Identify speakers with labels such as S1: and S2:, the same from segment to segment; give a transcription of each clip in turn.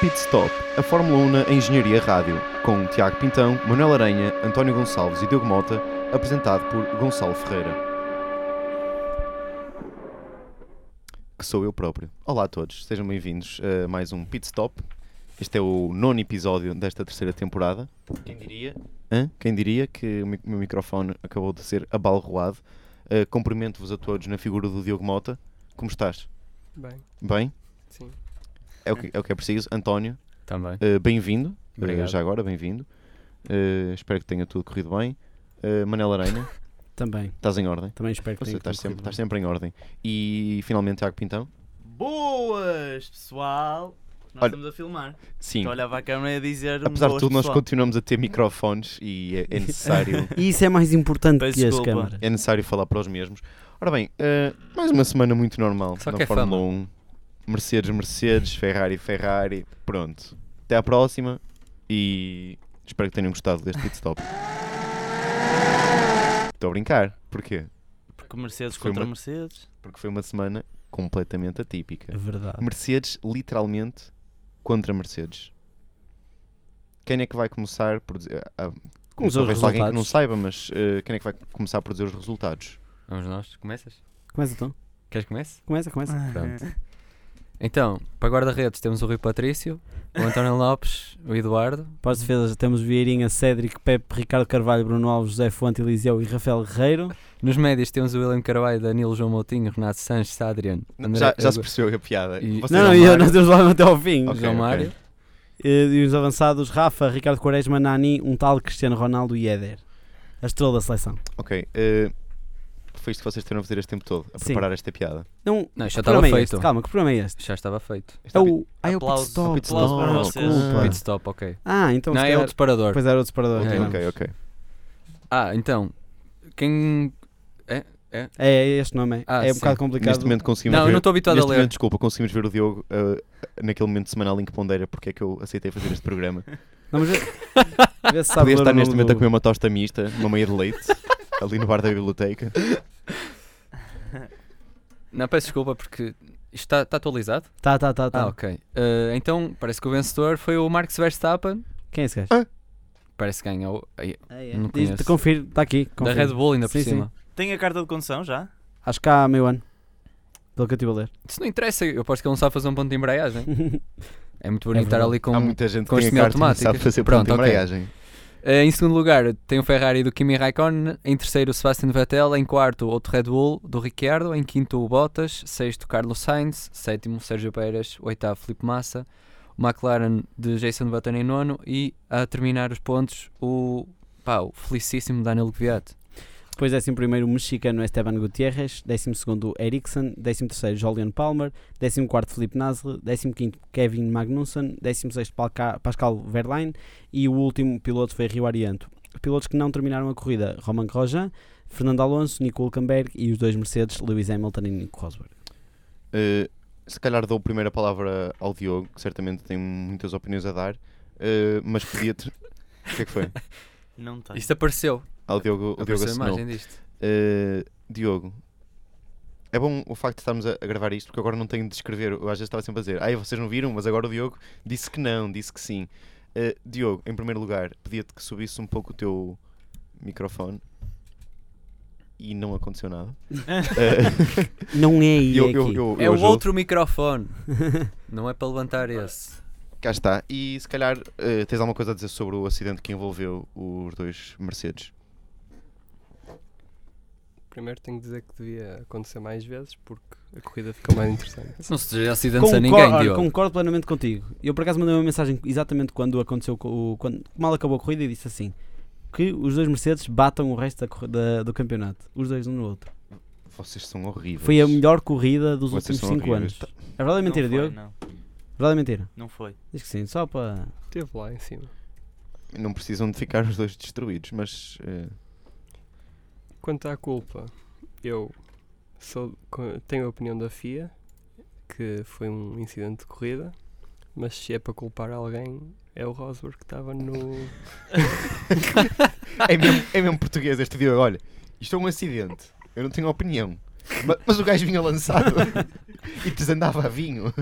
S1: Pit Stop, a Fórmula 1 na Engenharia Rádio, com Tiago Pintão, Manuel Aranha, António Gonçalves e Diogo Mota, apresentado por Gonçalo Ferreira. Que sou eu próprio. Olá a todos, sejam bem-vindos a mais um Pit Stop. Este é o nono episódio desta terceira temporada. Quem diria? Hã? Quem diria que o mi- meu microfone acabou de ser abalroado? Uh, Cumprimento-vos a todos na figura do Diogo Mota. Como estás?
S2: Bem,
S1: Bem?
S2: sim.
S1: É o que é, o que é preciso. António,
S3: Também.
S1: Uh, bem-vindo. Uh,
S3: Obrigado.
S1: já agora, bem-vindo. Uh, espero que tenha tudo corrido bem. Uh, Manel Aranha,
S4: Também,
S1: estás em ordem?
S4: também espero que
S1: Você
S4: tenha
S1: estás sempre, tá
S4: corrido
S1: estás sempre em ordem. E finalmente, Tiago Pintão?
S5: Boas, pessoal! Nós
S1: Olha-
S5: estamos a filmar.
S1: Sim.
S5: Então olhava a câmera e a dizer. um
S1: Apesar de
S5: boas,
S1: tudo, nós
S5: pessoal.
S1: continuamos a ter microfones e é, é necessário.
S4: bem. E isso é mais importante
S5: Peço
S4: que as
S5: desculpa.
S4: câmaras.
S1: É necessário falar para os mesmos. Ora bem, eh, mais uma semana muito normal
S3: Só
S1: na
S3: que é
S1: Fórmula 1. Mercedes, Mercedes, Ferrari, Ferrari. Pronto. Até à próxima e espero que tenham gostado deste pit stop. Estou a brincar. Porquê?
S5: Porque Mercedes
S1: Foi
S5: contra
S1: uma-
S5: Mercedes.
S1: Porque foi uma semana completamente atípica.
S4: É verdade.
S1: Mercedes, literalmente, contra Mercedes. Quem é que vai começar por dizer. ah, ah,
S4: Com os
S1: talvez alguém que não
S4: resultados.
S1: saiba, mas eh, quem é que vai começar por dizer os resultados?
S3: Vamos nós. Começas?
S4: Começa então.
S3: Queres que comece?
S4: Começa, começa.
S5: Ah.
S3: Pronto. Então, para guarda-redes temos o Rui Patrício, o António Lopes, o Eduardo.
S4: Para as defesas temos Vieirinha, Cédric, Pepe, Ricardo Carvalho, Bruno Alves, José Fonte, Eliseu e Rafael Guerreiro.
S3: Nos médios temos o William Carvalho, Danilo João Moutinho, Renato Sanches, Adrian. André
S1: já, já se
S3: Hugo-
S1: percebeu a piada.
S3: E-
S1: Vocês
S4: Não, não,
S1: amaram.
S4: eu, nós temos lá até ao fim.
S1: Ok,
S3: João
S1: ok.
S3: Mário.
S4: E, e os avançados, Rafa, Ricardo Quaresma, Nani, um tal Cristiano Ronaldo e Éder. A estrela da seleção.
S1: Ok. eh, foi isto que vocês tiveram a fazer este tempo todo, a
S4: Sim.
S1: preparar esta piada.
S4: Não,
S3: Não,
S4: que
S3: já estava
S4: programa é
S3: feito.
S4: este? Calma, que programa é este?
S3: Já estava feito.
S1: Esta
S4: É o... Ah, é o pit
S5: Aplausos.
S4: stop.
S1: Pit
S5: aplausos para
S1: Stop,
S5: vocês.
S1: desculpa.
S3: Pit stop, ok.
S4: Ah, então
S3: não,
S4: se
S3: é
S4: calhar-
S3: outro separador.
S4: Pois era outro separador. Então,
S1: Ok,
S4: tiramos.
S1: ok, ok.
S3: Ah, então, quem...
S4: É, é este nome. é.
S3: Ah,
S4: é um
S3: sim.
S4: bocado complicado.
S1: Neste momento conseguimos
S3: Não, eu
S1: ver...
S3: não estou habituado a
S1: Neste
S3: ler.
S1: momento, desculpa, conseguimos ver o Diogo eh, naquele momento semanal em que pondera porque é que eu aceitei fazer este programa.
S4: Não, mas vê, vê se sabe
S1: Podia
S4: ler o
S1: estar neste
S4: nome
S1: momento a
S4: do-
S1: comer uma tosta mista, uma meia de leite, ali no bar da biblioteca.
S3: Não, peço desculpa porque isto está está atualizado.
S1: um-
S4: Tá, tá, tá, tá.
S3: Ah, ok. Eh, então, parece que o vencedor foi o Marx Verstappen.
S4: Quem é esse gajo?
S3: Parece que ganhou ai,
S4: Ah,
S3: Não
S4: Diz,
S3: conheço.
S4: confiro, está tá aqui.
S3: da
S4: Confiro.
S3: Red Bull ainda por
S4: Sim, sim.
S3: cima.
S5: Tem a carta de condução já?
S4: Acho que há meio ano. Pelo que eu estive a ler.
S3: Isso não interessa, eu aposto que ele não sabe fazer um ponto de embreagem. É muito bonito estar
S4: verdade.
S3: ali com.
S1: Há muita gente
S3: com
S1: que tem a
S3: sistema
S1: carta e não
S3: automático.
S1: sabe fazer pronto,
S3: Pronto,
S1: de
S3: ok.
S1: embreagem.
S3: Eh, em segundo lugar, tem o Ferrari do Kimi Raikkonen. Em terceiro, o Sebastian Vettel. Em quarto, outro Red Bull do Ricciardo. Em quinto, o Bottas. Sexto, Carlos Sainz. Sétimo, Sérgio Pérez. Oitavo, Felipe Massa. O McLaren de Jason Button em nono. E a terminar os pontos, o. Pá, o felicíssimo Danilo Gviat.
S4: Depois, décimo é, assim, primeiro, o mexicano é Esteban Gutierrez. Décimo segundo, o Ericsson. Décimo terceiro, Julian Palmer. Décimo quarto, Felipe Nasr. Décimo quinto, Kevin Magnussen. Décimo sexto, Palca- Pascal Verlaine. E o último piloto foi Rio Arianto. Pilotos que não terminaram a corrida, Roman Grosjean, Fernando Alonso, Nico Hülkenberg e os dois Mercedes, Lewis Hamilton e Nico Rosberg.
S1: Eh, se calhar dou a primeira palavra ao Diogo, que certamente tem muitas opiniões a dar, eh, mas podia ter... O que é que foi?
S5: Não
S2: Ah.
S5: tem.
S3: Isto apareceu.
S1: Ao Diogo, o Diogo
S3: apareceu a
S1: assinou.
S3: imagem disto.
S1: Uh, Diogo, é bom o facto de estarmos a, a gravar isto, porque agora não tenho de escrever. Eu às vezes estava sempre a dizer, ai, vocês não viram, mas agora o Diogo disse que não, disse que sim. Uh, Diogo, em primeiro lugar, pedia-te que subisse um pouco o teu microfone e não aconteceu nada. Uh,
S4: Não é aí,
S1: eu,
S4: é
S1: eu-
S4: aqui.
S1: eu-
S3: É
S1: eu
S3: o
S1: ajudo.
S3: outro microfone. não é para levantar esse.
S1: Cá está. E se calhar uh, tens alguma coisa a dizer sobre o acidente que envolveu os dois Mercedes.
S2: Primeiro tenho de dizer que devia acontecer mais vezes porque a corrida fica mais interessante.
S3: Isso não se deseja acidentes
S4: Concordo,
S3: a ninguém,
S4: olha,
S3: Diogo.
S4: concordo plenamente contigo. Eu por acaso mandei uma mensagem exatamente quando aconteceu co- o quando mal acabou a corrida e disse assim que os dois Mercedes batam o resto da, corri- da- do campeonato, os dois um no outro.
S1: Vocês são horríveis.
S4: Foi a melhor corrida dos
S1: Vocês são
S4: últimos 5
S1: horríveis.
S4: anos. É verdade ou mentira,
S5: não foi,
S4: Diogo? É
S5: Não,
S4: Verdade ou mentira?
S5: não foi.
S4: Diz que sim, só para
S2: Esteve lá em cima.
S1: Não precisam de ficar os dois destruídos, mas. uh,
S2: Quanto à culpa, eu sou, co- tenho a opinião da FIA que foi um incidente de corrida, mas se é para culpar alguém é o Rosberg que estava no.
S1: É mesmo, é mesmo português este vídeo. Olha, isto é um acidente. Eu não tenho opinião. Ma- Mas, o gajo vinha lançado. e desandava a vinho.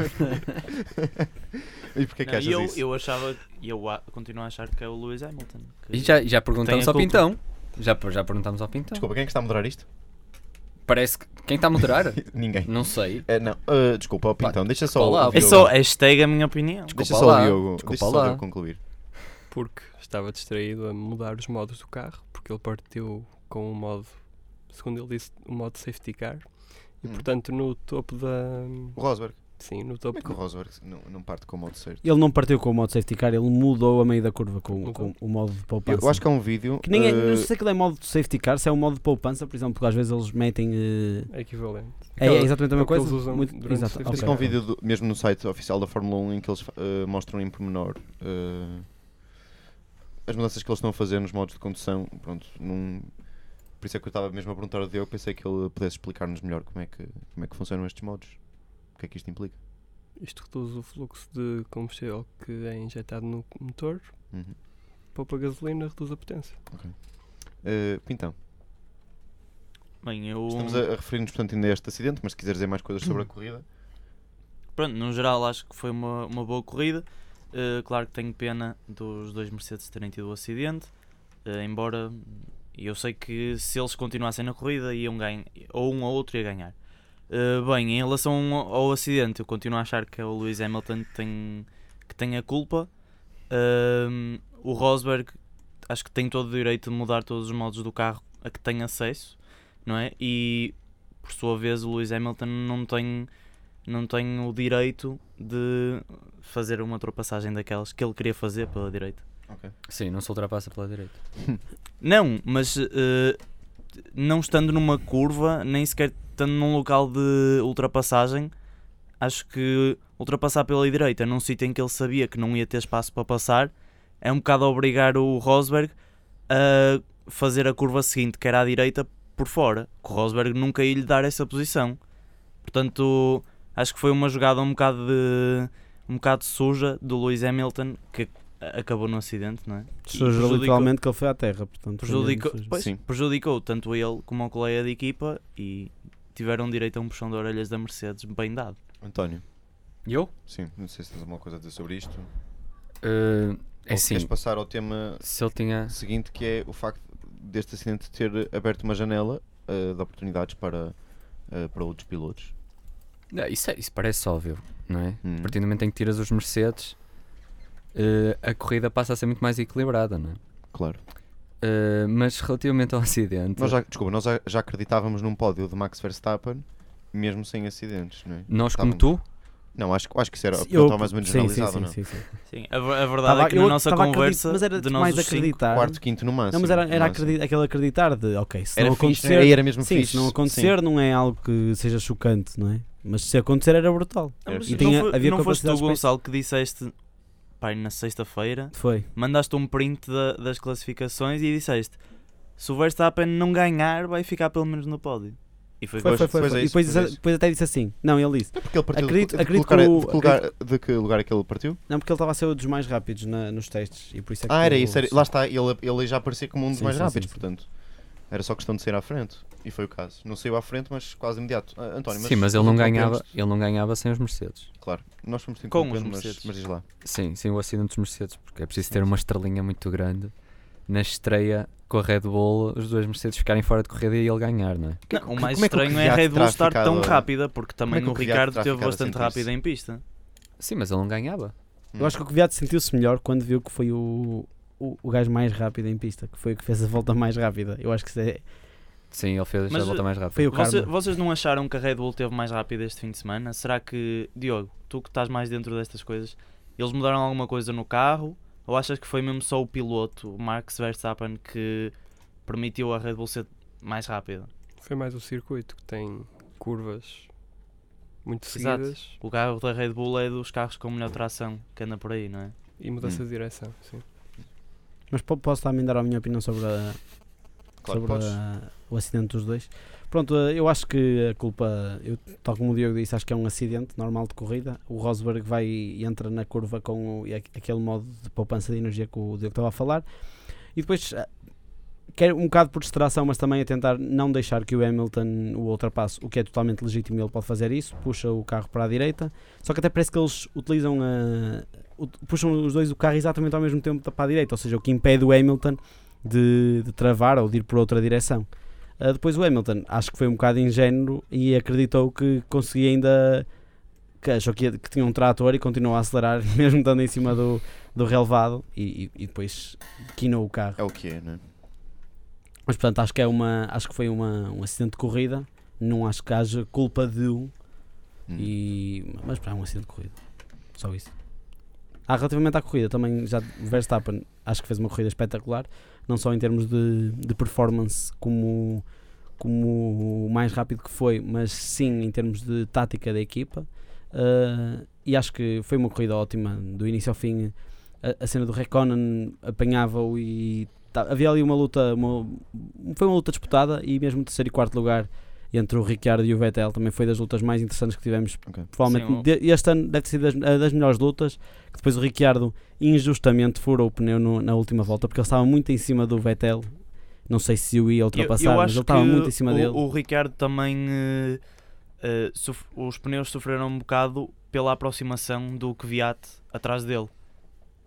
S1: e porquê é que
S5: Não,
S1: achas
S5: e eu,
S1: isso?
S5: eu achava, e eu a- continuo a achar que é o Lewis Hamilton. que-
S3: E já, já perguntamos
S5: Tem a
S3: ao
S5: culpa.
S3: Pintão. Já, já perguntamos ao Pintão.
S1: Desculpa, quem é que está a moderar isto?
S3: Parece que. Quem está a moderar?
S1: Ninguém.
S3: não sei.
S1: Eh, não, eh, desculpa, ó, Pintão, deixa só
S3: desculpa lá,
S1: o
S5: É
S1: Diogo,
S5: só hashtag a minha opinião.
S3: Desculpa
S1: deixa só
S3: lá,
S1: o Diogo,
S3: desculpa
S1: deixa só o
S3: lá.
S1: Diogo concluir.
S2: porque estava distraído a mudar os modos do carro, porque ele partiu com o modo, segundo ele disse, o modo safety car. E
S1: Hum.
S2: portanto no topo da.
S1: O Rosberg,
S2: Sim, no
S1: como
S2: topo.
S1: é que o Rosberg não, não parte com o modo certo?
S4: Ele não partiu com o modo safety car, ele mudou a meio da curva com,
S2: Mudou.
S4: com o modo de
S1: Eu,
S4: poupança.
S1: eu acho que é um vídeo.
S4: Que nem é-
S1: eh,
S4: não sei se aquilo é modo de safety car, se é um modo de poupança, por exemplo, porque às vezes eles metem. eh,
S2: é equivalente.
S4: é, é exatamente a
S2: é
S4: mesma
S2: o que eles
S4: coisa.
S2: usam
S4: muito-
S2: durante o
S4: exato,
S2: safety
S4: ok.
S1: Penso que é um vídeo do- mesmo no site oficial da Fórmula 1 em que eles eh, mostram em pormenor eh, as mudanças que eles estão a fazer nos modos de condução. Pronto, num- Por isso é que eu estava mesmo a perguntar ao Diogo, pensei que ele pudesse explicar-nos melhor como é, que, como é que funcionam estes modos. O que é que isto implica?
S2: Isto reduz o fluxo de combustível que é injetado no motor,
S1: Uhum.
S2: poupa gasolina, reduz a potência.
S1: Eh, Pintão,
S5: Bem, eu.
S1: estamos a, a referir-nos portanto ainda a este acidente, mas se quiser dizer mais coisas sobre a corrida,
S5: Pronto, no geral acho que foi uma, uma boa corrida. Eh, claro que tenho pena dos dois Mercedes terem tido o acidente. Eh, embora eu sei que se eles continuassem na corrida iam ganhar, ou um ou outro ia ganhar. Eh, bem, em relação ao ao acidente, eu continuo a achar que é o Lewis Hamilton que tem, que tem a culpa. Ahm, o Rosberg acho que tem todo o direito de mudar todos os modos do carro a que tem acesso, não é? E por sua vez o Lewis Hamilton não tem não tenho o direito de fazer uma ultrapassagem daquelas que ele queria fazer pela direita.
S3: Sim, não se ultrapassa pela direita.
S5: Não, mas eh, não estando numa curva, nem sequer estando num local de ultrapassagem, acho que ultrapassar pela direita num sítio em que ele sabia que não ia ter espaço para passar é um bocado obrigar o Rosberg a fazer a curva seguinte, que era à direita, por fora. Que o Rosberg nunca ia lhe dar essa posição. Portanto, acho que foi uma jogada um bocado de. um bocado suja do Lewis Hamilton que acabou no acidente, não é? E
S4: Sujou
S5: prejudicou-
S4: literalmente que ele foi à terra, portanto. foi
S5: prejudicou,
S4: mesmo sujo.
S5: pois,
S1: Sim.
S5: prejudicou tanto ele como o colega de equipa e tiveram direito a um puxão de orelhas da Mercedes bem dado.
S1: António,
S3: E eu?
S1: sim, não sei se tens alguma coisa a dizer sobre isto.
S3: Eh, é
S1: Ou se
S3: sim.
S1: queres passar ao tema
S3: Se ele tinha.
S1: seguinte que é o facto deste acidente ter aberto uma janela eh, de oportunidades para, eh, para outros pilotos.
S3: Não, isso, é- isso parece óbvio, não é?
S1: Hum.
S3: A partir do momento em que tiras os Mercedes, eh, a corrida passa a ser muito mais equilibrada, não é?
S1: Claro.
S3: Eh, mas relativamente ao acidente,
S1: Nós já, desculpa, nós já, já acreditávamos num pódio de Max Verstappen mesmo sem acidentes, não é?
S3: nós como
S1: estávamos-
S3: tu,
S1: Não, acho, que- acho que isso era
S4: Sim,
S1: estava mais ou menos
S4: sim,
S1: generalizado,
S4: sim,
S1: não é?
S4: sim, sim, sim.
S5: Sim, a, ver- a verdade
S4: Tava-
S5: é que na
S4: eu
S5: nossa
S4: tava a acreditar-
S5: conversa
S4: mas era
S5: de nós
S4: mais
S5: os cinco,
S4: acreditar.
S1: Quarto, quinto no máximo.
S4: Não, mas era,
S1: no
S4: era
S1: máximo.
S4: acredita- aquele acreditar de, ok, se
S1: Era
S4: não
S1: fixe, não
S4: acontecer.
S1: era? E era mesmo
S4: sim,
S1: fixe.
S4: se não acontecer,
S1: Sim.
S4: não é algo que seja chocante, não é? Mas se acontecer, era brutal.
S5: Ah, mas
S1: E
S5: não
S4: tinha-
S5: foi-
S4: havia
S5: não foste
S4: capacidades
S5: tu,
S4: para isso.
S5: Gonçalo, que disseste pai, na sexta-feira,
S4: Foi.
S5: mandaste um print da- das classificações e disseste se o Verstappen não ganhar, vai ficar pelo menos no pódio. E foi,
S1: Pois,
S4: Foi, foi, foi.
S1: pois é
S4: foi. E
S1: isso,
S4: depois,
S1: pois é
S4: disse- depois até disse assim. Não, ele disse.
S1: É porque ele partiu
S4: Acredito-
S1: de, de,
S4: acredito
S1: que lugar, é-
S4: que o-
S1: de, que lugar, de que lugar é que ele partiu?
S4: Não, porque ele estava a ser um dos mais rápidos na- nos testes. E por isso é que
S1: Ah, era
S4: eu-
S1: isso. era- lá está, ele, ele já aparecia como um dos
S4: Sim,
S1: mais
S4: sim,
S1: rápidos,
S4: sim, sim.
S1: portanto. Era só questão de sair à frente. E foi o caso. Não saiu à frente, mas quase imediato. Ah, António, mas
S3: sim, mas ele não,
S1: interrompemos-te.
S3: ganhava, ele não ganhava sem os Mercedes.
S1: Claro, nós fomos
S5: Com os
S1: interrompendo, mas,
S5: Mercedes.
S1: mas diz lá.
S3: Sim, sem o acidente dos Mercedes, porque é preciso ter uma estrelinha muito grande na estreia com a Red Bull, os dois Mercedes ficarem fora de corrida e ele ganhar, não é?
S5: Não, o
S1: que-
S5: mais
S1: como é que o
S5: estranho é a
S1: Riad
S5: Red Bull
S1: terá
S5: estar tão
S1: ficado-
S5: rápida, porque
S1: como é
S5: também
S1: que
S5: o
S1: o Riad terá
S5: Ricardo teve
S1: ficado a
S5: bastante
S1: sentir-se?
S5: rápido em pista.
S3: Sim, mas ele não ganhava.
S1: Hum.
S4: Eu acho que o Kvyat sentiu-se melhor quando viu que foi o, o, o gajo mais rápido em pista, que foi o que fez a volta mais rápida. Eu acho que isso é-
S3: Sim, ele fez
S5: Mas,
S3: a volta mais rápida.
S4: foi o
S5: Voce-
S4: karma.
S5: vocês não acharam que a Red Bull teve mais rápido este fim de semana? Será que, Diogo, tu que estás mais dentro destas coisas, eles mudaram alguma coisa no carro? Ou achas que foi mesmo só o piloto, o Max Verstappen, que permitiu a Red Bull ser mais rápida?
S2: Foi mais o circuito que tem curvas muito
S5: Exato.
S2: seguidas
S5: O carro da Red Bull é dos carros com melhor tração que anda por aí, não é?
S2: e mudança de direção. Sim.
S4: Mas po- posso também dar a minha opinião sobre, a-
S1: Claro,
S4: sobre
S1: podes.
S4: a- o acidente dos dois? Pronto, eh, eu acho que a culpa, eu, tal como o Diogo disse, acho que é um acidente normal de corrida. O Rosberg vai e entra na curva com o- e a- aquele modo de poupança de energia que o Diogo estava a falar. E depois ah, quer um bocado por distração, mas também a tentar não deixar que o Hamilton o ultrapasse, o que é totalmente legítimo, ele pode fazer isso, puxa o carro para a direita, só que até parece que eles utilizam a- ut- puxam os dois o carro exatamente ao mesmo tempo para a direita, ou seja, o que impede o Hamilton de, de travar ou de ir por outra direção. Ah, depois o Hamilton, acho que foi um bocado ingênuo e acreditou que conseguia ainda que achou que, ia- que tinha um trator e continuou a acelerar mesmo estando em cima do, do relevado e, e- e depois quinou o carro.
S1: É o que é, né?
S4: Mas portanto acho que é uma acho que foi uma, um acidente de corrida. Não acho que haja culpa de um.
S1: Hum.
S4: E, mas para um acidente de corrida. Só isso. Ah, relativamente à corrida, também já o Verstappen acho que fez uma corrida espetacular, não só em termos de, de performance como, como o mais rápido que foi, mas sim em termos de tática da equipa. Ah, e acho que foi uma corrida ótima, do início ao fim. A, a cena do Reconan apanhava-o e ta- havia ali uma luta, uma- foi uma luta disputada e mesmo o terceiro e quarto lugar entre o Ricciardo e o Vettel também foi das lutas mais interessantes que tivemos.
S1: Ok.
S4: Provavelmente
S5: Sim, o-
S4: de- este ano deve ter sido das, a das melhores lutas, que depois o Ricciardo injustamente furou o pneu no- na última volta porque ele estava muito em cima do Vettel. Não sei se o ia ultrapassar, mas ele estava muito em cima
S5: o,
S4: dele.
S5: o Ricardo também. eh, eh, sof- os pneus sofreram um bocado pela aproximação do Kvyat atrás dele.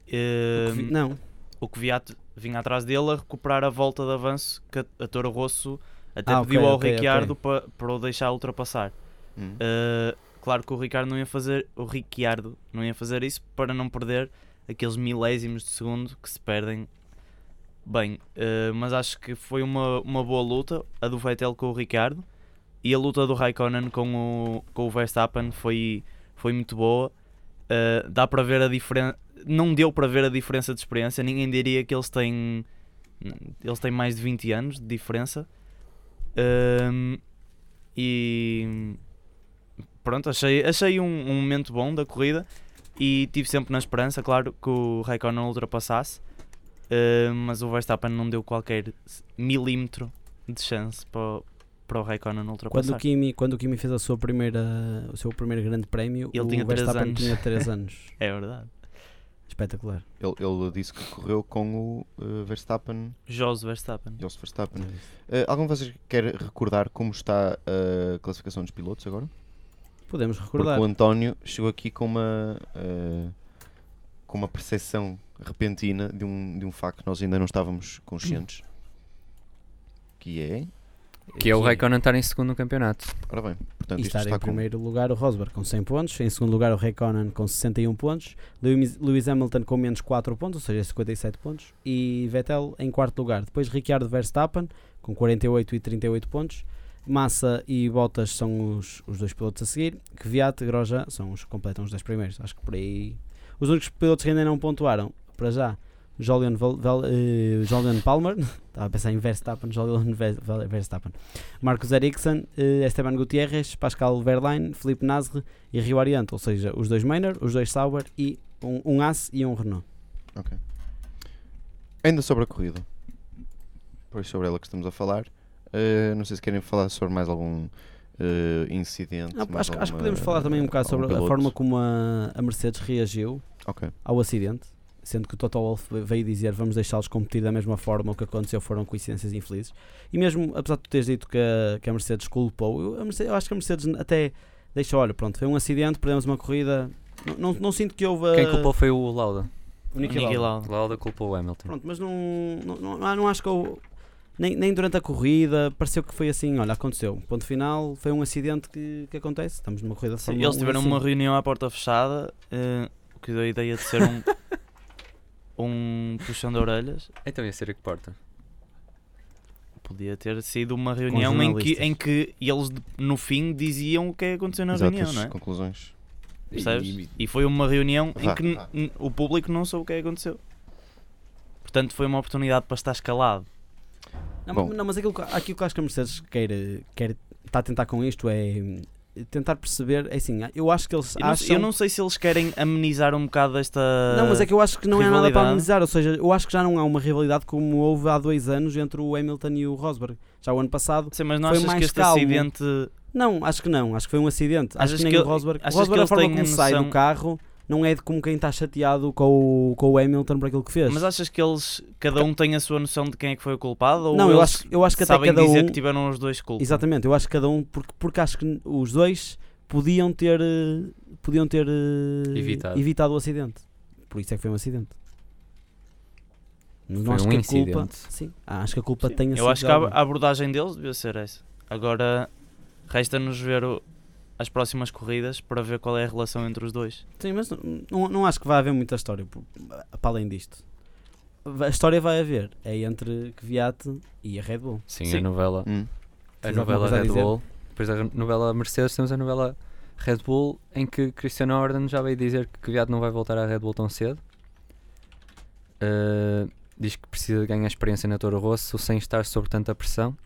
S5: Eh,
S4: Que vi- Não,
S5: o Kvyat vinha atrás dele a recuperar a volta de avanço que a, a Toro Rosso até
S4: Ah, ok,
S5: pediu
S4: ok,
S5: ao
S4: ok.
S5: Ricciardo pa- para, o deixar ultrapassar.
S1: Hum.
S5: Uh, claro que o Ricardo não ia fazer, o Ricciardo não ia fazer isso para não perder aqueles milésimos de segundo que se perdem. Bem, uh, mas acho que foi uma, uma boa luta a do Vettel com o Ricardo e a luta do Raikkonen com o, com o Verstappen foi, foi muito boa. Uh, dá para ver a diferença, não deu para ver a diferença de experiência. Ninguém diria que eles têm, eles têm mais de 20 anos de diferença. Um, e pronto, achei, achei um, um momento bom da corrida e tive sempre na esperança, claro, que o Raikkonen ultrapassasse, eh, mas o Verstappen não deu qualquer s- milímetro de chance para, o- para o Raikkonen ultrapassar.
S4: quando o, Kimi, quando o Kimi fez a sua primeira, o seu primeiro grande prémio,
S5: Ele
S4: o
S5: tinha três
S4: Verstappen
S5: anos.
S4: tinha 3 anos.
S5: É verdade.
S4: Espetacular.
S1: Ele, ele disse que correu com o eh, Verstappen,
S5: Jose Verstappen.
S1: Jos Verstappen. Eh, algum de vocês quer recordar como está a classificação dos pilotos agora?
S4: Podemos
S1: Porque
S4: recordar.
S1: o António chegou aqui com uma eh, com uma percepção repentina de um, de um facto que nós ainda não estávamos conscientes. Que é.
S3: Que é o Raikkonen estar em segundo no campeonato.
S1: Ora bem, portanto,
S4: E
S1: isto
S4: estar
S1: está
S4: em
S1: com.
S4: primeiro lugar o Rosberg com 100 pontos, em segundo lugar o Raikkonen com 61 pontos, Lewis Lewis Hamilton com menos 4 pontos, ou seja, 57 pontos, e Vettel em quarto lugar. Depois Ricciardo Verstappen com 48 e 38 pontos, Massa e Bottas são os, os dois pilotos a seguir, Kvyat e Grosjean são os que completam os 10 primeiros. Acho que por aí... Os únicos pilotos que ainda não pontuaram, para já, Julian, Val, Val- eh, Julian Palmer, estava a pensar em Verstappen, Julian Ve- Val- Verstappen, Marcos Ericsson, eh, Esteban Gutierrez, Pascal Verlaine, Felipe Nasr e Rio Ariante, ou seja, os dois Maynard, os dois Sauber e um, um Ace e um Renault.
S1: Ainda sobre a corrida. Pois sobre ela que estamos a falar. eh, não sei se querem falar sobre mais algum eh, incidente.
S4: Ah,
S1: mais
S4: acho, que- acho que
S1: alguma-
S4: podemos falar também um bocado sobre
S1: algum
S4: a
S1: piloto.
S4: forma como a, a Mercedes reagiu
S1: Ok.
S4: ao acidente, sendo que o Toto Wolff veio dizer vamos deixá-los competir da mesma forma, o que aconteceu foram coincidências infelizes. E mesmo, apesar de tu teres dito que a, que a Mercedes culpou, eu, a Mercedes- eu acho que a Mercedes até deixou, olha, pronto, foi um acidente, perdemos uma corrida, não, não, não sinto que houve...
S3: Quem culpou foi o Lauda.
S4: o Niki Lauda.
S5: Niki Lauda.
S3: Lauda culpou o Hamilton.
S4: Pronto, mas não, não, não, não acho que eu. Nem, nem durante a corrida, pareceu que foi assim, olha, aconteceu. Ponto final, foi um acidente que, que acontece. Estamos numa corrida de
S5: Sim,
S4: Fórmula
S5: eles
S4: 1,
S5: tiveram
S4: assim.
S5: uma reunião à porta fechada, eh, o que deu a ideia de ser um, um puxão de orelhas.
S3: Então ia ser a que porta.
S5: Podia ter sido uma reunião em que,
S4: jornalistas.
S5: em que eles de- no fim diziam o que é que aconteceu na
S1: Exato,
S5: reunião,
S1: as
S5: não é?
S1: conclusões.
S5: Percebes? E, foi uma reunião em
S1: Vá,
S5: que n-
S1: vá.
S5: n- o público não soube o que é que aconteceu. Portanto, foi uma oportunidade para estar escalado.
S4: Não,
S1: Bom.
S4: não, mas aquilo, que- aquilo que acho que a Mercedes quer, quer está a tentar com isto é hum, tentar perceber, é assim, eu acho que eles
S5: Eu não,
S4: acham.
S5: eu não sei se eles querem amenizar um bocado esta.
S4: Não, mas é que eu acho que não é nada para
S5: rivalidade.
S4: analisar, ou seja, eu acho que já não há uma rivalidade como houve há dois anos entre o Hamilton e o Rosberg. Já o ano passado.
S5: Sim, mas não
S4: foi
S5: achas
S4: mais
S5: que este
S4: calmo.
S5: acidente.
S4: Não, acho que não, acho que foi um acidente. Acho
S5: Achas
S4: que nem
S5: que
S4: o
S5: ele-
S4: Rosberg. O
S5: achas que
S4: Rosberg, a
S5: eles
S4: forma
S5: têm
S4: como sai do
S5: noção-
S4: carro, não é de como quem está chateado com o, com o Hamilton por aquilo que fez.
S5: Mas achas que eles, cada um tem a sua noção de quem é que foi o culpado? Ou
S4: não, eu
S5: eles
S4: acho, eu acho que até
S5: sabem
S4: cada
S5: dizer
S4: um.
S5: que tipo, tiveram os dois culpa?
S4: Exatamente, eu acho que cada um, porque, porque acho que os dois podiam ter eh, podiam ter eh,
S3: Evitado.
S4: o acidente. Por isso é que foi um acidente. Mas
S3: Foi
S4: não acho
S3: um
S4: que
S3: incidente.
S4: a culpa. Sim, ah, acho que a culpa
S5: Sim,
S4: tem
S5: Eu acho que a a abordagem deles devia ser essa. Agora, resta-nos ver o- as próximas corridas para ver qual é a relação entre os dois.
S4: Sim, mas n- não, não acho que vai haver muita história por- para além disto. A história vai haver. É entre Kvyat e a Red Bull.
S3: Sim,
S5: Sim.
S3: a novela.
S1: Hum.
S3: A
S4: Tens alguma
S3: novela
S4: coisa a
S3: Red
S4: dizer?
S3: Bull. Depois da novela Mercedes temos a novela Red Bull em que Cristiano Orden já veio dizer que Viado não vai voltar à Red Bull tão cedo. Ah, diz que precisa de ganhar experiência na Toro Rosso sem estar sob tanta pressão.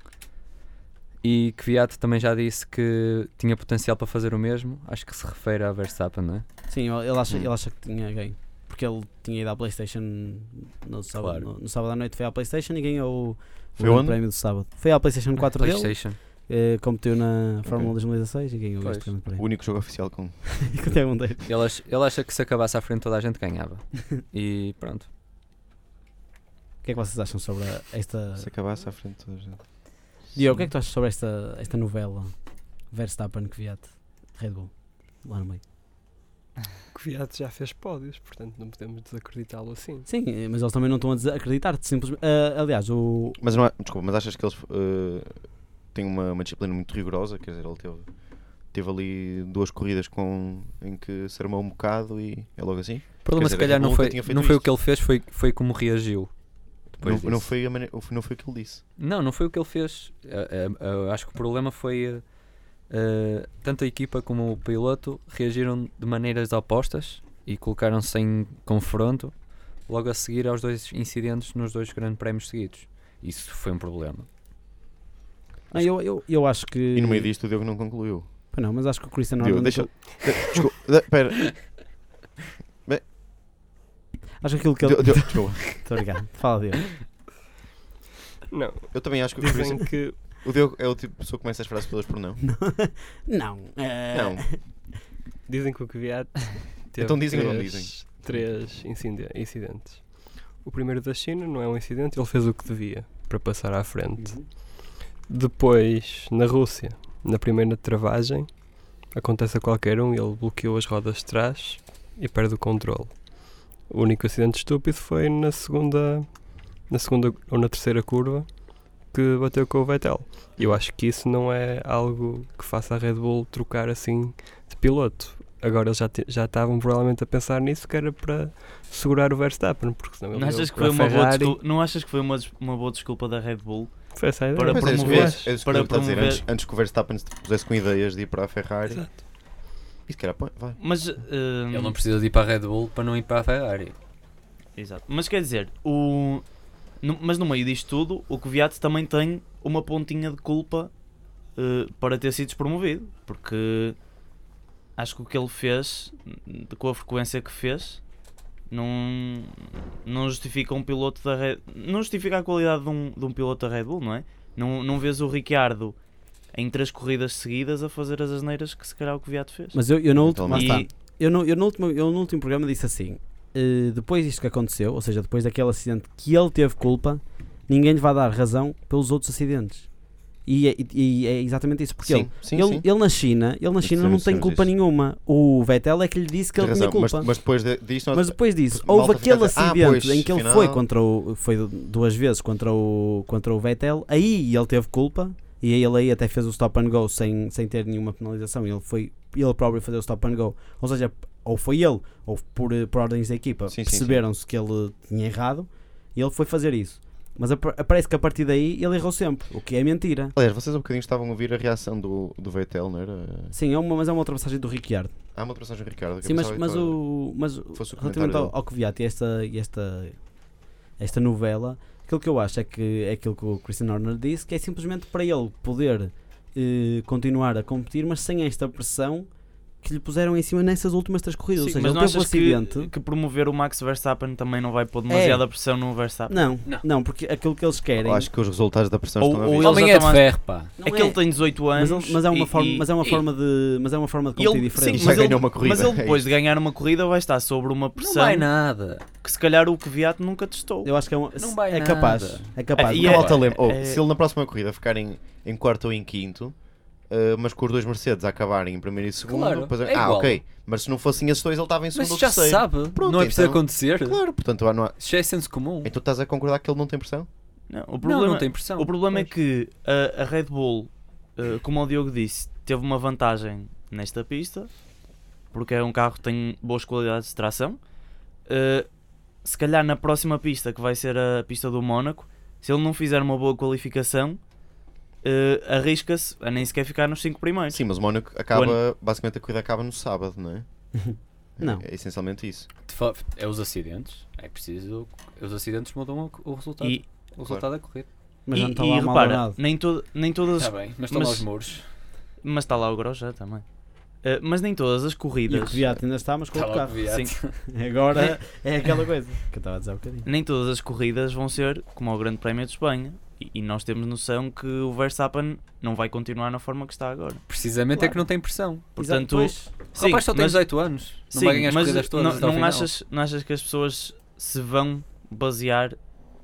S3: E que Viado também já disse que tinha potencial para fazer o mesmo. Acho que se refere a Verstappen, não é?
S4: Sim, ele ele acha,
S1: Hum.
S4: ele acha que tinha ganho. Porque ele tinha ido à Playstation no sábado,
S3: Claro.
S4: no, no sábado à noite. Foi à Playstation e ganhou o, o
S1: Foi
S4: grande
S1: onde?
S4: prémio do sábado. Foi à Playstation 4 dele,
S3: PlayStation.
S4: eh, competiu na Fórmula
S1: Ok.
S4: 2016 e ganhou
S3: Pois.
S4: este grande
S1: O
S4: prémio.
S1: único jogo oficial com.
S4: Que tem um dele.
S3: Ele acha, ele acha que se acabasse à frente toda a gente ganhava. E pronto.
S4: O que é que vocês acham sobre a- esta...
S1: Se acabasse à frente de toda a gente.
S4: Diogo, o que é que tu achas sobre esta, esta novela Verstappen, Kvyat, Red Bull? Lá no meio.
S2: O Kvyat já fez pódios, portanto não podemos desacreditá-lo assim.
S4: Sim, eh, mas eles também não estão a desacreditar-te. Simplesmente... Ah, aliás, o...
S1: Mas não há- desculpa, mas achas que eles eh, têm uma, uma disciplina muito rigorosa? Quer dizer, ele teve, teve ali duas corridas com, em que se armou um bocado e é logo assim?
S3: O problema
S1: Quer dizer,
S3: se calhar
S1: Red
S3: não
S1: Bull
S3: foi,
S1: nunca tinha feito
S3: não foi o
S1: isto.
S3: que ele fez, foi, foi como reagiu. depois
S1: Não, não
S3: disso.
S1: foi a maneira- não foi o que ele disse.
S3: Não, não foi o que ele fez. Eh, eh, eu acho que o problema foi. eh, eh, tanto a equipa como o piloto reagiram de maneiras opostas e colocaram-se em confronto logo a seguir aos dois incidentes nos dois grandes prémios seguidos. Isso foi um problema.
S4: Não, ah, eu, eu, eu acho que...
S1: E no meio disto o Diogo não concluiu.
S4: Pá, Não, mas acho que o Cristiano
S1: Diogo,
S4: Ronaldo-
S1: deixa. de- Desculpa, de- pera,
S4: Acho que aquilo que ele...
S1: Diogo, Diogo, desculpa.
S4: Muito obrigado. Fala, Diogo.
S2: Não,
S1: Eu também acho que por
S2: dizem
S1: exemplo,
S2: que
S1: o Diogo é o tipo de pessoa que começa as frases todas por não.
S4: Não. eh,
S1: Não.
S2: Dizem que o Kvyat teve
S1: Então dizem ou não
S2: três-
S1: dizem?
S2: Três incide- incidentes. O primeiro da China não é um incidente, ele fez o que devia para passar à frente.
S1: Uhum.
S2: Depois, na Rússia, na primeira travagem, acontece a qualquer um, ele bloqueou as rodas de trás e perde o controle. O único acidente estúpido foi na segunda, na segunda ou na terceira curva que bateu com o Vettel. Eu acho que isso não é algo que faça a Red Bull trocar assim de piloto. Agora eles já, te- já estavam provavelmente a pensar nisso que era para segurar o Verstappen, porque senão ele
S5: Não
S2: ia
S5: achas, que
S2: para
S5: foi
S2: a
S5: uma boa
S2: Ferrari.
S5: desculpa, não achas que foi uma, des- uma boa desculpa da Red Bull?
S2: Foi essa a ideia.
S5: Para
S1: Pois é, isso que eu-
S5: promover-
S1: é isso que
S5: para
S1: eu estava a dizer,
S5: promover-
S1: Antes, antes que o Verstappen se pusesse com ideias de ir para a Ferrari.
S2: Exato.
S1: E se calhar, pô, vai.
S5: Mas, eh,
S3: Ele não precisa de ir para a Red Bull para não ir para a Ferrari.
S5: Exato. Mas quer dizer, o... no- mas no meio disto tudo, o Kvyat também tem uma pontinha de culpa eh, para ter sido despromovido, porque acho que o que ele fez, n- com a frequência que fez, não, não justifica um piloto da Red não justifica a qualidade de um, de um piloto da Red Bull, não é? Não, não vês o Ricciardo em três corridas seguidas a fazer as asneiras que se calhar o Kvyat fez.
S4: Mas tá. eu, eu, no último, lá
S1: Eventualmente.
S4: está.
S5: E-
S4: eu, no, eu, no último, eu no último programa disse assim: eh, depois disto que aconteceu, ou seja, depois daquele acidente que ele teve culpa, ninguém lhe vai dar razão pelos outros acidentes. E é, e- e é exatamente isso, porque ele,
S1: sim,
S4: ele, ele na China, ele na
S1: Nós
S4: China não
S1: sabemos-
S4: tem
S1: sabemos
S4: culpa
S1: disso.
S4: nenhuma. O Vettel é que lhe disse que ele
S1: Tens razão,
S4: tinha
S1: mas,
S4: culpa. Mas,
S1: mas depois de, disto, nós-
S4: depois disso,
S1: porque
S4: houve
S1: malta fica
S4: aquele
S1: a dizer, "Ah,
S4: acidente
S1: pois,
S4: em que ele
S1: afinal-
S4: foi contra o, foi duas vezes contra o, contra o Vettel, aí ele teve culpa e aí ele aí até fez o stop and go sem, sem ter nenhuma penalização. Ele foi ele próprio fazer o stop and go. Ou seja, ou foi ele, ou por, eh, por ordens da equipa,
S1: Sim, sim,
S4: perceberam-se que ele tinha errado e ele foi fazer isso. Mas apa- parece que a partir daí ele errou sempre, o que é mentira.
S1: Aliás, vocês há bocadinho estavam a ouvir a reação do, do Vettel, não era?
S4: Sim, é uma, mas é uma ultrapassagem do Ricciardo.
S1: Há uma ultrapassagem do Ricardo. que
S4: Sim,
S1: eu
S4: mas,
S1: pensava
S4: mas
S1: que era-
S4: o. Mas o-
S1: fosse o
S4: relativamente ao,
S1: comentário
S4: ao Kvyat e esta, e esta, esta novela, aquilo que eu acho é que é aquilo que o Christian Horner disse, que é simplesmente para ele poder eh, continuar a competir, mas sem esta pressão que que lhe puseram em cima nessas últimas três corridas.
S5: Sim,
S4: ou seja,
S5: mas
S4: ele
S5: não
S4: teve um
S5: achas que,
S4: acidente. É.
S5: que promover o Max Verstappen também não vai pôr demasiada pressão no Verstappen?
S4: Não,
S3: Não.
S4: não, porque aquilo que eles querem.
S1: Acho que os resultados da pressão
S5: Ou-
S1: estão a
S5: ou
S1: vir.
S5: eles
S3: Homem é de
S5: atomas-
S3: ferro, pá.
S4: não
S5: É que ele
S4: é.
S5: tem 18
S4: mas,
S5: anos.
S4: ele- mas é uma
S5: e-
S4: forma,
S5: e-
S4: mas é uma
S5: e-
S4: forma de, mas é uma forma de
S5: e
S4: competir
S5: ele-
S4: diferente.
S5: sim,
S1: Já
S5: mas ele,
S1: ganhou uma corrida,
S5: mas ele
S1: é
S5: depois
S1: isto.
S5: de ganhar uma corrida vai estar sobre uma
S3: Não
S5: pressão
S3: vai nada.
S5: que se calhar o Kvyat nunca testou.
S4: Eu acho que é, um,
S3: Não vai
S4: é capaz,
S3: nada.
S4: é capaz.
S5: e
S1: Não,
S5: é-
S1: malta, lembra- oh,
S5: é-
S1: Se ele na próxima corrida ficar em, em quarto ou em quinto, eh, mas com os dois Mercedes a acabarem em primeiro e segundo,
S3: Claro,
S1: depois-
S3: é
S1: ah,
S3: igual.
S1: ok. Mas se não fossem esses dois, ele estava em
S3: Mas
S1: segundo
S3: isso
S1: ou
S3: já se
S1: terceiro.
S3: sabe.
S1: Pronto,
S3: não é preciso
S1: então.
S3: acontecer.
S1: Claro, portanto, não há-
S3: Isso já é senso comum.
S1: então estás a concordar que ele não tem pressão?
S5: Não, o
S3: Não,
S5: problema,
S3: não tem pressão.
S5: o problema é
S3: Pois.
S5: que a, a Red Bull, eh, como o Diogo disse, teve uma vantagem nesta pista, porque é um carro que tem boas qualidades de tração. Eh, se calhar na próxima pista, que vai ser a pista do Mónaco, se ele não fizer uma boa qualificação, eh, arrisca-se a nem sequer ficar nos 5 primeiros.
S1: Sim, mas o Mónaco acaba, basicamente a corrida acaba no sábado, não é?
S4: Não.
S1: É, essencialmente isso.
S3: De fa- É os acidentes. É preciso. Os acidentes mudam o- o resultado.
S5: E,
S3: o resultado da corrida.
S4: Mas
S5: e-
S4: já não está
S5: e
S4: lá mal
S5: repara,
S4: nada.
S5: nem, to nem todas.
S4: Tá
S3: Está bem, mas estão lá
S5: Tá mas-
S3: os muros.
S5: Mas está lá o Grosjean também. Eh, mas nem todas as
S4: E o
S5: corridas.
S4: Kvyat ainda está, mas com
S5: Tá
S3: Está
S4: outro
S3: lá o
S4: carro.
S3: Kvyat.
S5: Sim.
S4: Agora é aquela coisa que eu estava a dizer há bocadinho.
S5: nem todas as corridas vão ser como ao Grande Prémio de Espanha. E, e nós temos noção que o Verstappen não vai continuar na forma que está agora.
S3: Precisamente é
S4: Claro.
S3: que não tem pressão.
S5: Portanto,
S4: Pois,
S3: O rapaz só tem 18 anos. Não
S5: sim,
S3: vai ganhar as
S5: mas
S3: corridas todas.
S5: não-
S3: até ao
S5: Não,
S3: final.
S5: achas, não achas que as pessoas se vão basear.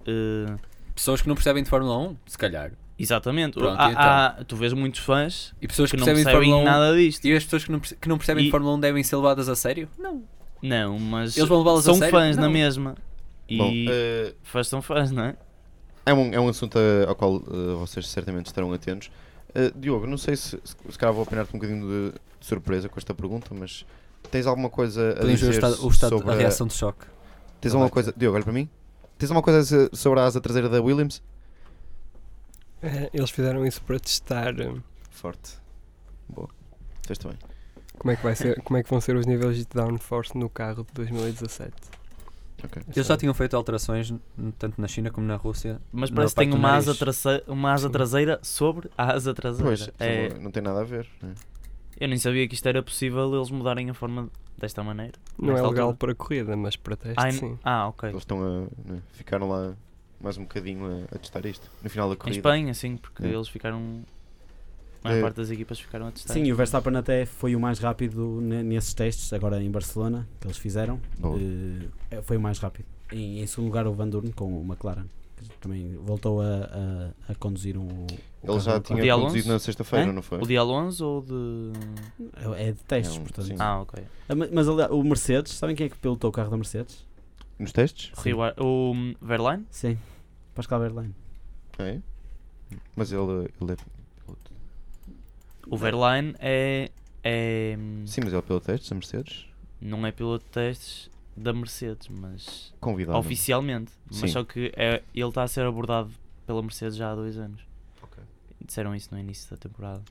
S5: eh,
S3: Pessoas que não percebem de Fórmula 1, se calhar.
S5: exatamente.
S3: Pronto,
S5: Há-
S3: e então?
S5: há- tu vês muitos fãs
S3: E pessoas
S5: que
S3: que,
S5: não
S3: percebem de
S5: percebem
S3: Fórmula 1.
S5: nada disto.
S3: E as pessoas que não, perce- que não percebem de
S5: E-
S3: Fórmula 1 devem ser levadas a sério? Não.
S5: Não, mas
S3: Eles vão levá-las a
S5: são
S3: sério?
S5: fãs na
S3: Não.
S5: mesma. E
S1: Bom, eh,
S5: fãs são fãs, não é?
S1: é, um, é um assunto eh, ao qual eh, vocês certamente estarão atentos. Eh, Diogo, não sei se, se, se calhar vou apenar-te um bocadinho de, de surpresa com esta pergunta, mas tens alguma coisa a
S3: Podemos ver o
S1: dizer
S3: estado, o estado
S1: sobre É
S3: a reação de choque.
S1: Tens
S3: Não
S1: alguma
S3: vai
S1: coisa. Diogo, olha para mim. Tens alguma coisa a dizer sobre a asa traseira da Williams?
S2: Eh, Eles fizeram isso para testar eh,
S1: Forte. Boa. Fez também.
S2: como é que, vai ser, como é que vão ser os níveis de downforce no carro de 2017.
S1: Ok.
S2: É
S3: Eles
S2: só-
S3: já tinham feito alterações, n- tanto na China como na Rússia.
S5: Mas
S3: na
S5: parece que
S3: parte
S5: tem
S3: do
S1: é
S5: uma
S3: nariz.
S5: asa, trace- uma asa
S2: Sim.
S5: traseira sobre a asa traseira.
S1: Pois,
S5: É-
S1: não tem nada a ver. né?
S5: eu nem sabia que isto era possível eles mudarem a forma desta maneira.
S2: Não é
S5: Nesta
S2: legal para
S5: altura.
S2: corrida, mas para teste
S5: Ai,
S2: sim.
S5: ah, ok.
S1: Eles estão a. né, Ficaram lá mais um bocadinho a, a testar isto. No final da
S5: Em
S1: corrida.
S5: Espanha, sim, porque
S1: É.
S5: eles ficaram. A maior
S1: É.
S5: parte das equipas ficaram a testar.
S4: Sim, e o Verstappen até foi o mais rápido ne- nesses testes, agora em Barcelona, que eles fizeram.
S1: Boa.
S4: Eh, foi o mais rápido. Em, em segundo lugar, o Van Durn com o McLaren, que também voltou a, a- a conduzir um. o
S1: Ele
S4: carro
S1: já
S4: do
S1: tinha
S5: De
S1: conduzido
S5: Alonso?
S1: na sexta-feira,
S4: Hã?
S1: não foi?
S5: O de Alonso ou de.
S4: McLaren. É de testes,
S1: É um-
S4: portanto.
S1: sim.
S5: Ah, ok.
S4: Ah, ma- Mas aliás, o Mercedes, sabem quem é que pilotou o carro da Mercedes?
S1: Nos testes?
S5: Rio- O hum, Verlaine?
S4: Sim, Pascal Verlaine.
S1: É. Mas ele, ele é.
S5: O Verlaine é. é hum,
S1: Sim, mas ele é pelo testes, a Mercedes.
S5: não é piloto de testes da Mercedes, mas.
S1: Convidado.
S5: Oficialmente.
S1: Sim.
S5: Mas só que é, ele está a ser abordado pela Mercedes já há dois anos.
S1: Ok.
S5: Disseram isso no início da temporada.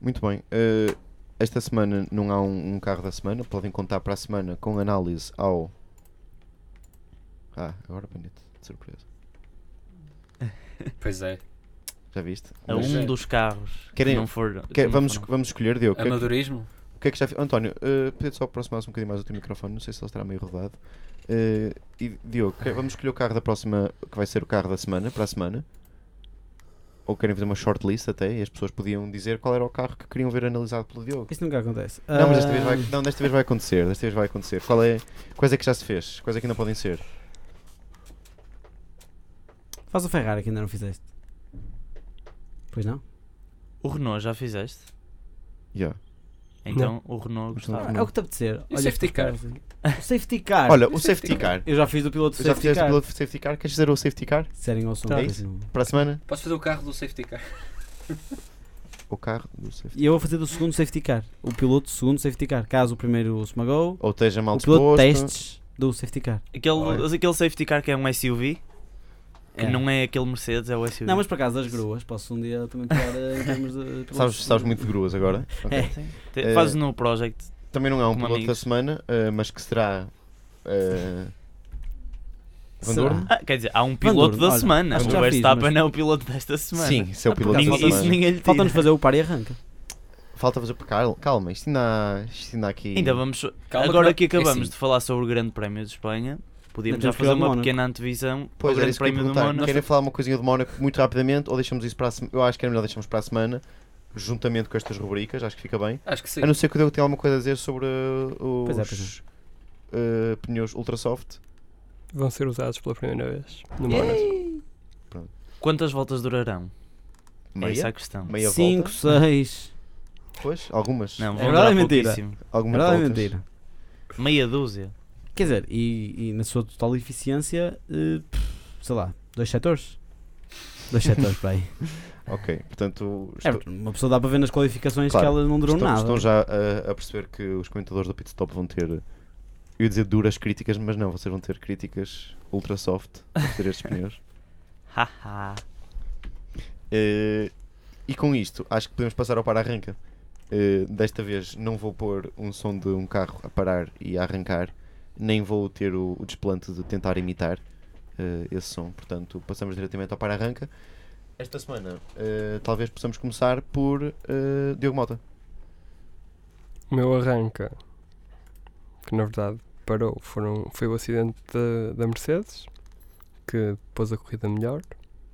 S1: Muito bem. Eh, esta semana não há um, um carro da semana. Podem contar para a semana com análise ao. Ah, agora bonito. De surpresa.
S3: Pois é.
S1: Já viste?
S5: A
S1: Mas-
S5: um
S3: é.
S5: dos carros. que
S1: Querem-
S5: não for,
S1: Que-
S5: que não
S1: vamos,
S5: foram.
S1: vamos escolher, Diogo. O que, é que,
S3: Amadorismo?
S1: o que é que já fi- António, eh, podia-te só aproximar-se um bocadinho mais do teu microfone. Não sei se ele estará meio rodado. Eh, e, Diogo, que- vamos escolher o carro da próxima. Que vai ser o carro da semana, para a semana. Ou querem fazer uma shortlist até. E as pessoas podiam dizer qual era o carro que queriam ver analisado pelo Diogo.
S4: Isso nunca acontece.
S1: Não, mas desta vez,
S4: Ah,
S1: vai, não, desta vez vai acontecer. Desta vez vai acontecer. Qual é, quais é que já se fez? Quais é que ainda podem ser?
S4: Faz o Ferrari que ainda não fizeste. Pois não?
S5: O Renault já fizeste?
S1: Yeah.
S5: Então o Renault
S1: Gostava.
S5: gostava.
S4: Ah, é o que te apetecer.
S3: E o
S4: Olha,
S3: safety car?
S4: para os carros. O Ah, safety car.
S1: Olha, o safety car.
S4: eu já fiz o piloto
S1: Já
S4: safety
S1: fizeste
S4: car.
S1: pelo safety car? Queres fazer o safety car?
S4: Serem ou som
S1: Tá.
S4: é
S1: É Para a semana?
S3: Posso fazer o carro do safety car?
S1: O carro do safety
S4: E eu vou fazer do segundo safety car. O piloto do segundo safety car. Caso o primeiro se magou,
S1: Ou esteja mal
S4: o piloto
S1: disposto.
S4: testes do safety car.
S5: Ah, Aquele, aquele safety car que é um SUV.
S4: É.
S5: Não é aquele Mercedes, é o SUV.
S4: Não, mas por acaso das gruas, posso um dia também pegar eh, em termos de. pilotos
S1: Sabes,
S4: de-
S1: sabes muito de gruas agora. Ok.
S4: É.
S5: Sim. Te-
S1: Eh,
S5: Fazes no Project.
S1: Também não há um
S5: Como
S1: piloto da
S5: amigos.
S1: semana, eh, mas que será. eh, Van
S4: Será?
S1: Dorn?
S5: Ah, quer dizer, há um piloto
S4: Dorn,
S5: da
S4: olha,
S5: semana.
S4: acho
S5: O
S4: que já fiz,
S5: Verstappen
S4: mas-
S5: é o piloto desta semana.
S1: Sim, seu
S4: Ah, por
S1: piloto
S4: acaso
S1: da
S5: Ninguém,
S4: falta-
S5: isso
S1: semana.
S5: ninguém lhe tira.
S4: Falta-nos fazer o par e arranca.
S1: falta fazer por cal- calma, isto ainda, há- isto ainda há aqui.
S5: Ainda vamos. so-
S3: Calma que
S5: agora
S3: não-
S5: que,
S3: é
S5: acabamos
S3: assim.
S5: de falar sobre o Grande Prémio de Espanha,
S4: Ainda
S5: podíamos já
S4: temos que
S5: fazer
S4: ir ao
S5: uma
S4: Mónaco.
S5: pequena antevisão para o
S1: Pois era
S5: Grande
S1: isso que eu ia
S5: Prémio do
S1: perguntar.
S5: Mónaco.
S1: Querem falar uma coisinha do Mónaco muito rapidamente ou deixamos isso para a semana? Eu acho que era melhor deixarmos para a semana, juntamente com estas rubricas, acho que fica bem.
S3: Acho que sim.
S1: A não ser que o Diogo tenha alguma coisa a dizer sobre uh, os
S4: Pois é, pois
S1: uh, pneus Ultrasoft.
S2: Vão ser usados pela primeira vez no Mónaco.
S5: Quantas voltas durarão? É essa a questão.
S1: Meia
S4: 5,
S1: volta.
S4: 6.
S1: Pois, algumas.
S5: Não,
S4: É
S5: vão
S4: verdade
S5: durar
S4: ou mentira?
S5: pouquíssimo.
S1: algumas
S4: É Verdade ou
S1: voltas.
S4: mentira?
S5: Meia dúzia.
S4: Quer dizer, e, e na sua total eficiência, eh, pff, sei lá, dois setores. Dois setores, pá. aí.
S1: Ok, portanto,
S4: É,
S1: estou-
S4: uma pessoa dá para ver nas qualificações
S1: Claro,
S4: que ela não durou
S1: estão,
S4: nada.
S1: estão já a, a perceber que os comentadores do Pit Stop vão ter, eu ia dizer duras críticas, mas não, vocês vão ter críticas ultra soft a ter estes pneus.
S5: Haha.
S1: Eh, e com isto, acho que podemos passar ao para-arranca. Eh, desta vez não vou pôr um som de um carro a parar e a arrancar, nem vou ter o, o desplante de tentar imitar eh, esse som, portanto passamos diretamente ao para-arranca. Esta semana eh, talvez possamos começar por eh, Diogo Mota.
S2: O meu arranca, que na verdade parou, foram, foi o acidente da, da Mercedes, que pôs a corrida melhor.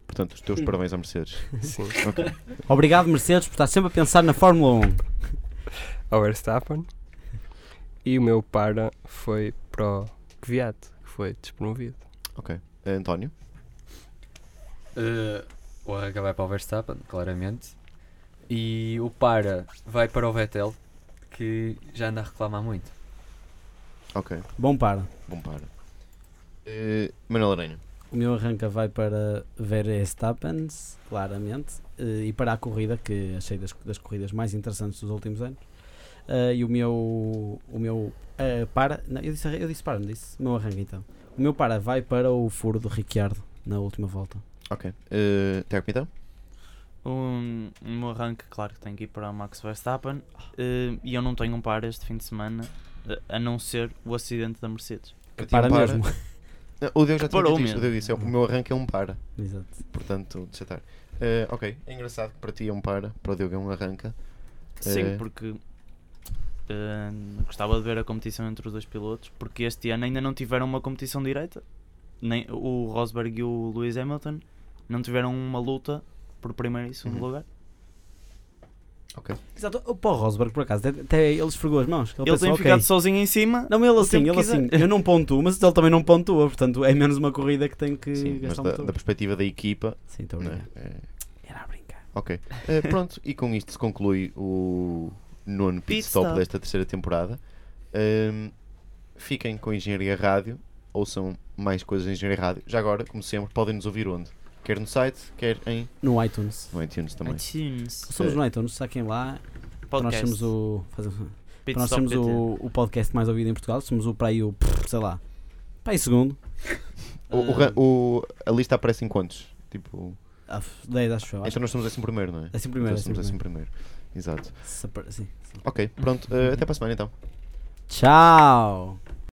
S1: Portanto, os teus parabéns à Mercedes.
S2: Sim.
S1: Ok.
S4: Obrigado, Mercedes, por estar sempre a pensar na Fórmula 1.
S2: ao Verstappen e o meu para foi para o Kvyat, que foi despromovido.
S1: Ok. António?
S3: Eh, o arranca vai para o Verstappen, claramente. E o para vai para o Vettel, que já anda a reclamar muito.
S1: Ok.
S4: Bom para.
S1: Bom para. Eh, Manuel Aranha.
S4: O meu arranca vai para Verstappen, claramente, eh, e para a corrida, que achei das, das corridas mais interessantes dos últimos anos. Eh, e o meu. O meu eh, para. Não, eu, disse, arran- eu disse para, não disse? O meu arranca então. O meu para vai para o furo do Ricciardo na última volta.
S1: Ok. Eh, Tiago Pintão?
S5: Um, o meu arranque, claro que tem que ir para o Max Verstappen. eh, e eu não tenho um par este fim de semana, eh, a não ser o acidente da Mercedes.
S1: Eu tinha
S4: Para,
S1: um
S4: mesmo.
S1: Não, O Diogo já tinha
S5: Parou
S1: dito isto. O
S5: mesmo.
S1: Diogo disse, é, o meu arranque é um para.
S4: Exato.
S1: Portanto, deixa estar. Eh, ok. É engraçado que para ti é um para, para o Diogo é um arranca.
S5: Sim,
S4: É.
S1: Eh.
S5: porque eh, gostava de ver a competição entre os dois pilotos, porque este ano ainda não tiveram uma competição direita. Nem, o Rosberg e o Lewis Hamilton não tiveram uma luta por primeiro e segundo
S1: Uhum.
S5: lugar.
S1: Ok.
S4: Exato. O Paul Rosberg, por acaso, até, até ele esfregou as mãos. Ele,
S5: Ele,
S4: pensou,
S5: tem
S4: "Ok,
S5: ficado sozinho em cima.
S4: Não, ele
S5: o
S4: assim,
S5: tempo
S4: ele
S5: que quiser."
S4: assim, eu não pontuo, mas ele também não pontua, portanto é menos uma corrida que tenho que Uhum.
S1: Sim, mas
S4: gastar um
S1: da,
S4: motor.
S1: da perspectiva da equipa.
S4: Sim, estou a
S1: né,
S4: brincar.
S1: eh,
S4: Era a brincar.
S1: ok. Eh, pronto, e com isto se conclui o nono pit
S5: Pit
S1: stop,
S5: stop.
S1: desta terceira temporada. Ahm, fiquem com Engenharia Rádio, ouçam mais coisas de Engenharia Rádio. Já agora, como sempre, podem nos ouvir onde? Quer no site, quer em
S4: No iTunes.
S1: no iTunes também.
S5: iTunes.
S4: Então Somos no iTunes, saquem lá. para Nós
S5: Podcast.
S4: temos o. fazemos-
S5: Pit
S4: para nós
S5: Stop
S4: temos
S5: PT.
S4: o, o podcast mais ouvido em Portugal. Somos o para aí o. pff, sei lá. Para aí segundo.
S1: O, o ra- o- a lista aparece em quantos? Tipo,
S4: Ah, f- 10, acho eu. Acho.
S1: então nós somos assim primeiro, não é?
S4: É assim
S1: Então
S4: primeiro. É assim
S1: somos assim
S4: primeiro.
S1: primeiro. Exato.
S4: Se apar- sim, sim.
S1: Ok, pronto. eh, até para a semana então.
S4: Tchau!